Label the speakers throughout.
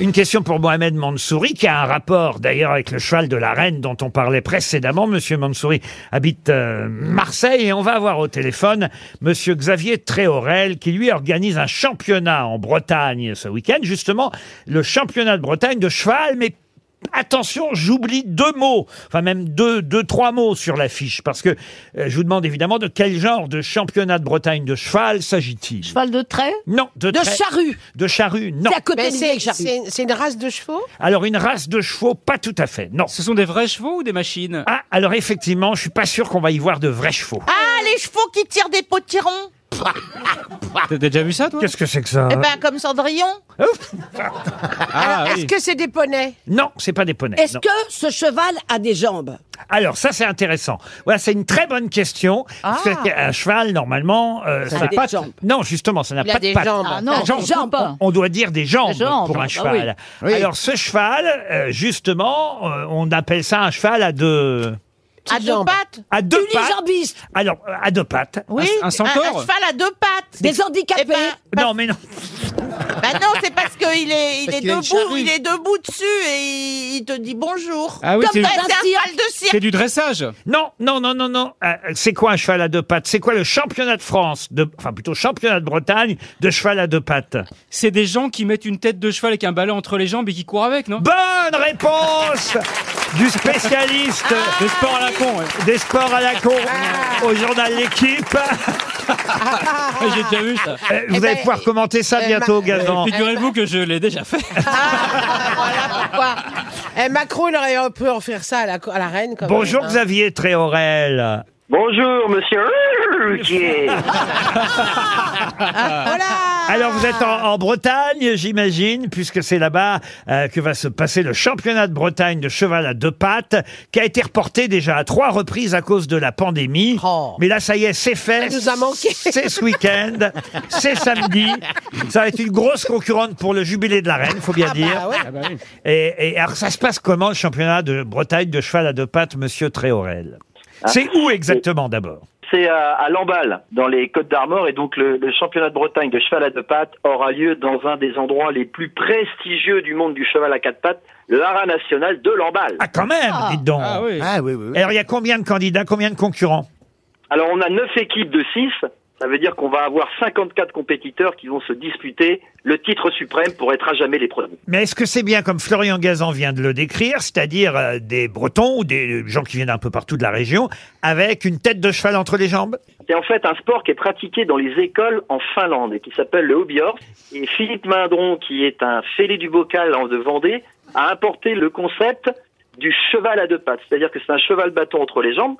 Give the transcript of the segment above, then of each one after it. Speaker 1: Une question pour Mohamed Mansouri, qui a un rapport d'ailleurs avec le cheval de la reine dont on parlait précédemment. Monsieur Mansouri habite euh, Marseille et on va avoir au téléphone Monsieur Xavier Tréorel qui lui organise un championnat en Bretagne ce week-end. Justement, le championnat de Bretagne de cheval, mais Attention, j'oublie deux mots, enfin même deux, deux, trois mots sur l'affiche, parce que euh, je vous demande évidemment de quel genre de championnat de Bretagne de cheval s'agit-il
Speaker 2: Cheval de trait
Speaker 1: Non, de,
Speaker 2: De
Speaker 1: trait-
Speaker 2: charrue
Speaker 1: De charrue, non.
Speaker 2: C'est à
Speaker 3: Ben,
Speaker 2: côté
Speaker 4: Mais
Speaker 2: de
Speaker 4: c'est
Speaker 2: l'idée charrue.
Speaker 4: c'est- c'est une race de chevaux
Speaker 1: Alors une race de chevaux, pas tout à fait, non.
Speaker 5: Ce sont des vrais chevaux ou des machines
Speaker 1: Ah, alors effectivement, je suis pas sûr qu'on va y voir de vrais chevaux.
Speaker 3: Ah, les chevaux qui tirent des potirons
Speaker 5: T'as déjà vu ça, toi
Speaker 1: Qu'est-ce que c'est que ça hein
Speaker 3: Eh ben, comme Cendrillon
Speaker 1: Ah. Ouf
Speaker 5: Ah
Speaker 4: Est-ce
Speaker 5: oui.
Speaker 4: que c'est des poneys
Speaker 1: Non, c'est pas des poneys.
Speaker 2: Est-ce
Speaker 1: non.
Speaker 2: que ce cheval a des jambes
Speaker 1: Alors ça, c'est intéressant. Voilà, c'est une très bonne question.
Speaker 2: Ah.
Speaker 1: Parce qu'un cheval, normalement, euh, ça
Speaker 2: a
Speaker 1: n'a
Speaker 2: des
Speaker 1: pas de-
Speaker 2: jambes.
Speaker 1: Non, justement, ça n'a
Speaker 4: Il a
Speaker 1: pas de
Speaker 4: des
Speaker 1: pattes.
Speaker 4: jambes.
Speaker 2: Ah non,
Speaker 1: Jambes.
Speaker 2: des jambes.
Speaker 1: On doit dire des jambes,
Speaker 2: jambes,
Speaker 1: pour
Speaker 2: ah
Speaker 1: un
Speaker 2: bah
Speaker 1: cheval.
Speaker 2: oui. Oui.
Speaker 1: Alors ce cheval, euh, justement, euh, on appelle ça un cheval à deux,
Speaker 3: À
Speaker 4: Petites
Speaker 3: deux
Speaker 4: jambes.
Speaker 3: pattes
Speaker 1: à deux pattes.
Speaker 2: Unijambiste,
Speaker 1: Alors euh, à deux pattes.
Speaker 3: Oui,
Speaker 5: un centaure
Speaker 3: un cheval à deux pattes
Speaker 2: des handicapés.
Speaker 3: Eh ben,
Speaker 1: Non, mais non.
Speaker 3: bah non, c'est parce qu'il est, il
Speaker 4: Parce
Speaker 3: est
Speaker 4: qu'il a une
Speaker 3: debout,
Speaker 4: charrue.
Speaker 3: il est debout dessus et il, il te dit bonjour.
Speaker 5: Ah oui,
Speaker 2: Comme
Speaker 5: c'est-
Speaker 3: Eh, c'est un cheval de
Speaker 5: c'est
Speaker 3: cirque.
Speaker 5: du dressage.
Speaker 1: Non, non, non, non, non. Euh, c'est quoi un cheval à deux pattes C'est quoi le championnat de France de, Enfin, plutôt championnat de Bretagne de cheval à deux pattes.
Speaker 5: C'est des gens qui mettent une tête de cheval avec un balai entre les jambes et qui courent avec, non
Speaker 1: Bonne réponse du spécialiste
Speaker 5: euh,
Speaker 4: Ah.
Speaker 5: Des sports à la con, ouais.
Speaker 1: des sports à la con au journal L'équipe.
Speaker 5: Ouais, Ah, J'ai déjà vu ça.
Speaker 1: Euh, Vous
Speaker 4: Ah. Eh
Speaker 1: allez
Speaker 4: ben,
Speaker 1: pouvoir commenter ça
Speaker 4: euh,
Speaker 1: bientôt,
Speaker 4: ma-
Speaker 1: Gazan.
Speaker 5: Figurez-vous que je l'ai déjà fait.
Speaker 4: Ah, Voilà pourquoi. Eh, Macron, il aurait pu en faire ça à la, à la reine. quand même,
Speaker 1: Bonjour
Speaker 4: hein.
Speaker 1: Xavier Tréorel.
Speaker 6: Bonjour, monsieur qui est.
Speaker 3: Ah,
Speaker 4: Voilà
Speaker 1: Alors vous êtes en, en Bretagne, j'imagine, puisque c'est là-bas euh, que va se passer le championnat de Bretagne de cheval à deux pattes, qui a été reporté déjà à trois reprises à cause de la pandémie.
Speaker 4: Oh.
Speaker 1: Mais là, ça y est, c'est fait.
Speaker 4: Ça nous a manqué.
Speaker 1: C'est ce week-end, c'est samedi. Ça va être une grosse concurrente pour le jubilé de la reine, faut bien
Speaker 4: Ah bah
Speaker 1: dire.
Speaker 4: ouais.
Speaker 1: Et, et alors, ça se passe comment le championnat de Bretagne de cheval à deux pattes, monsieur Tréorel C'est où exactement d'abord
Speaker 6: C'est à, euh, à Lamballe, dans les Côtes d'Armor, et donc le, le championnat de Bretagne de cheval à deux pattes aura lieu dans un des endroits les plus prestigieux du monde du cheval à quatre pattes, le haras national de Lamballe.
Speaker 1: Ah, quand même, dites donc.
Speaker 5: Ah oui.
Speaker 1: Alors, il y a combien de candidats, combien de concurrents
Speaker 6: Alors on a neuf équipes de 6, ça veut dire qu'on va avoir 54 compétiteurs qui vont se disputer le titre suprême pour être à jamais les premiers.
Speaker 1: mais est-ce que c'est bien comme Florian Gazan vient de le décrire, c'est-à-dire euh, des Bretons ou des euh, gens qui viennent un peu partout de la région avec une tête de cheval entre les jambes
Speaker 6: C'est en fait un sport qui est pratiqué dans les écoles en Finlande et qui s'appelle le hobbyhorse. Et Philippe Mindron, qui est un fêlé du bocal en- de Vendée, a importé le concept du cheval à deux pattes. C'est-à-dire que c'est un cheval bâton entre les jambes,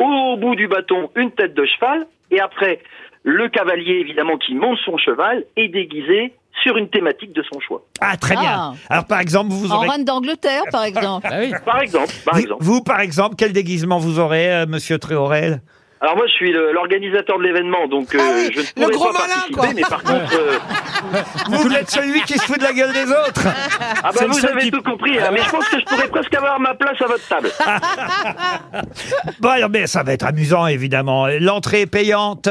Speaker 6: au bout du bâton, une tête de cheval, et après, le cavalier, évidemment, qui monte son cheval est déguisé sur une thématique de son choix.
Speaker 1: Ah, très
Speaker 7: Ah.
Speaker 1: bien. Alors, par exemple, vous
Speaker 7: En
Speaker 1: aurez...
Speaker 7: reine d'Angleterre, par exemple.
Speaker 5: Ah oui.
Speaker 6: Par exemple, par
Speaker 1: Vous-
Speaker 6: exemple.
Speaker 1: Vous, par exemple, quel déguisement vous aurez, euh, monsieur Tréorel
Speaker 6: Alors moi, je suis le- l'organisateur de l'événement, donc euh,
Speaker 4: Ah oui,
Speaker 6: je ne
Speaker 4: le
Speaker 6: pourrais
Speaker 4: gros
Speaker 6: pas
Speaker 4: malin,
Speaker 6: participer,
Speaker 4: quoi.
Speaker 6: mais par contre... euh,
Speaker 2: Ah.
Speaker 1: Vous êtes celui qui se fout de la gueule des autres
Speaker 6: Ah
Speaker 5: C'est
Speaker 6: bah
Speaker 5: le
Speaker 6: vous
Speaker 5: seul
Speaker 6: avez
Speaker 5: qui-
Speaker 6: tout compris, hein, mais je pense que je pourrais presque avoir ma place à votre table.
Speaker 1: Bon, alors, mais ça va être amusant, évidemment. L'entrée est payante.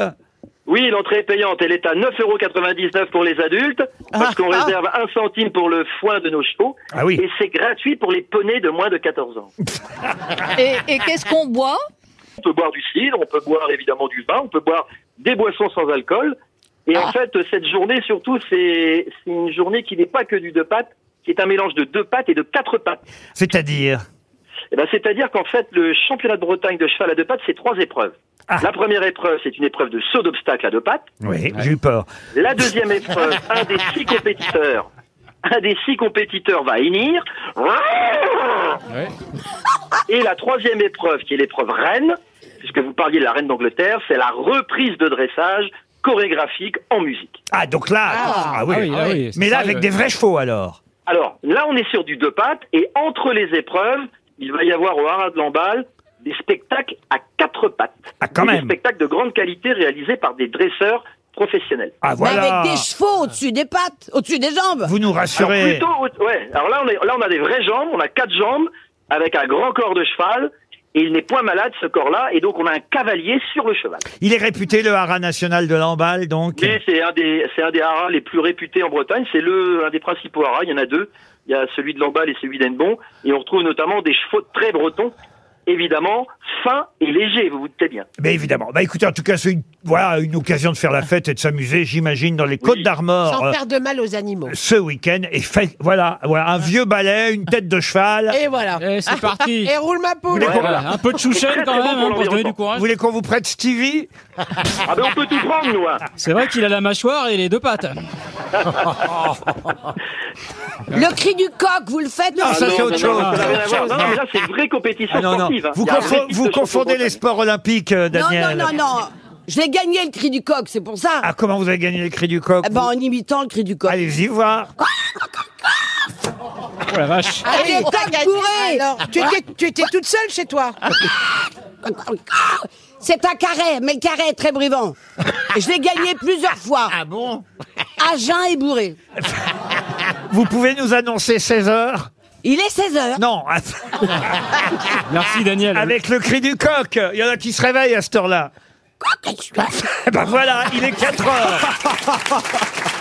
Speaker 6: Oui, l'entrée est payante, elle est à 9,99€ pour les adultes, parce
Speaker 5: Ah,
Speaker 6: qu'on réserve un centime pour le foin de nos chevaux,
Speaker 1: Ah oui.
Speaker 6: et c'est gratuit pour les poneys de moins de 14 ans.
Speaker 7: Et, et qu'est-ce qu'on boit
Speaker 6: On peut boire du cidre, on peut boire évidemment du vin, on peut boire des boissons sans alcool, et
Speaker 5: Ah.
Speaker 6: en fait, cette journée surtout, c'est c'est une journée qui n'est pas que du deux pattes, qui est un mélange de deux pattes et de quatre pattes.
Speaker 1: C'est-à-dire
Speaker 6: Eh ben, C'est-à-dire qu'en fait, le championnat de Bretagne de cheval à deux pattes, c'est trois épreuves.
Speaker 1: Ah.
Speaker 6: La première épreuve, c'est une épreuve de saut d'obstacle à deux pattes.
Speaker 1: Oui, j'ai eu peur.
Speaker 6: La deuxième épreuve, un des six compétiteurs, un des six compétiteurs va hennir.
Speaker 5: Ah
Speaker 6: Et la troisième épreuve, qui est l'épreuve reine, puisque vous parliez de la reine d'Angleterre, c'est la reprise de dressage chorégraphique en musique.
Speaker 1: Ah, donc là, ah, oui.
Speaker 5: Ah oui, ah oui, c'est
Speaker 1: mais là,
Speaker 5: ça,
Speaker 1: avec
Speaker 5: ouais.
Speaker 1: des vrais chevaux, alors.
Speaker 6: Alors, là, on est sur du deux pattes, et entre les épreuves, il va y avoir au haras de Lamballe des spectacles à quatre pattes.
Speaker 1: Ah, quand
Speaker 6: Et Des
Speaker 1: même.
Speaker 6: spectacles de grande qualité réalisés par des dresseurs professionnels.
Speaker 1: Ah,
Speaker 2: mais
Speaker 1: voilà.
Speaker 2: avec des chevaux au-dessus des pattes, au-dessus des jambes.
Speaker 1: Vous nous
Speaker 6: Alors,
Speaker 1: rassurez.
Speaker 6: plutôt, ouais. Alors là, on, est- là, on a des vraies jambes, on a quatre jambes, avec un grand corps de cheval, Et il n'est point malade, ce corps-là, et donc on a un cavalier sur le cheval.
Speaker 1: Il est réputé le haras national de l'emballe, donc.
Speaker 6: Mais c'est un des, c'est un des haras les plus réputés en Bretagne. C'est le, un des principaux haras. Il y en a deux. Il y a celui de Lamballe et celui d'Enbon. Et on retrouve notamment des chevaux très bretons. Évidemment, fins et légers, vous vous doutez bien.
Speaker 1: Mais évidemment. Bah écoutez, en tout cas, c'est une, voilà, une occasion de faire la fête et de s'amuser, j'imagine, dans les Côtes d'Armor.
Speaker 4: Sans
Speaker 1: euh,
Speaker 4: faire de mal aux animaux.
Speaker 1: Ce week-end, et fait, voilà, voilà, un vieux balai, une tête de cheval.
Speaker 4: Et voilà.
Speaker 5: Eh, c'est parti.
Speaker 4: Et roule ma
Speaker 1: Vous
Speaker 4: poule.
Speaker 1: voulez qu'on-
Speaker 5: Voilà, Un peu de chouchen quand même, hein, pour se donner du
Speaker 1: vous
Speaker 5: courage.
Speaker 1: voulez qu'on vous prête Stevie
Speaker 6: Ah ben on peut tout prendre, nous. hein.
Speaker 5: C'est vrai qu'il a la mâchoire et les deux pattes.
Speaker 2: Le cri du coq, vous le faites
Speaker 1: Ah, ça, c'est autre chose.
Speaker 6: ça n'a rien à
Speaker 1: Ah,
Speaker 6: voir. Non, mais là, c'est une vraie compétition
Speaker 1: non, non.
Speaker 6: sportive. hein.
Speaker 1: Vous,
Speaker 6: Il y a un
Speaker 1: confo-
Speaker 6: vrai type
Speaker 1: vous
Speaker 6: de champion
Speaker 1: confondez les
Speaker 6: breton.
Speaker 1: sports olympiques, euh,
Speaker 2: Non,
Speaker 1: Daniel.
Speaker 2: non, non, non. Je l'ai gagné le cri du coq, c'est pour ça.
Speaker 1: Ah, comment vous avez gagné les cris du coq
Speaker 4: Ah,
Speaker 2: Eh ben,
Speaker 1: vous
Speaker 2: en imitant le cri du
Speaker 4: euh,
Speaker 2: coq.
Speaker 1: Allez-y voir.
Speaker 5: Oh la vache.
Speaker 2: Allez, t'as gagné.
Speaker 4: Alors, tu étais, tu étais toute seule chez toi.
Speaker 2: C'est un carré, mais le carré est très brivant. Je l'ai gagné plusieurs fois. Ah bon À jeun et bourré.
Speaker 1: Vous pouvez nous annoncer 16 heures
Speaker 2: Il est 16h.
Speaker 1: Non,
Speaker 5: Merci Daniel.
Speaker 1: avec le cri du coq. Il y en a qui se réveillent à cette heure-là. Eh ben voilà, il est 4 heures.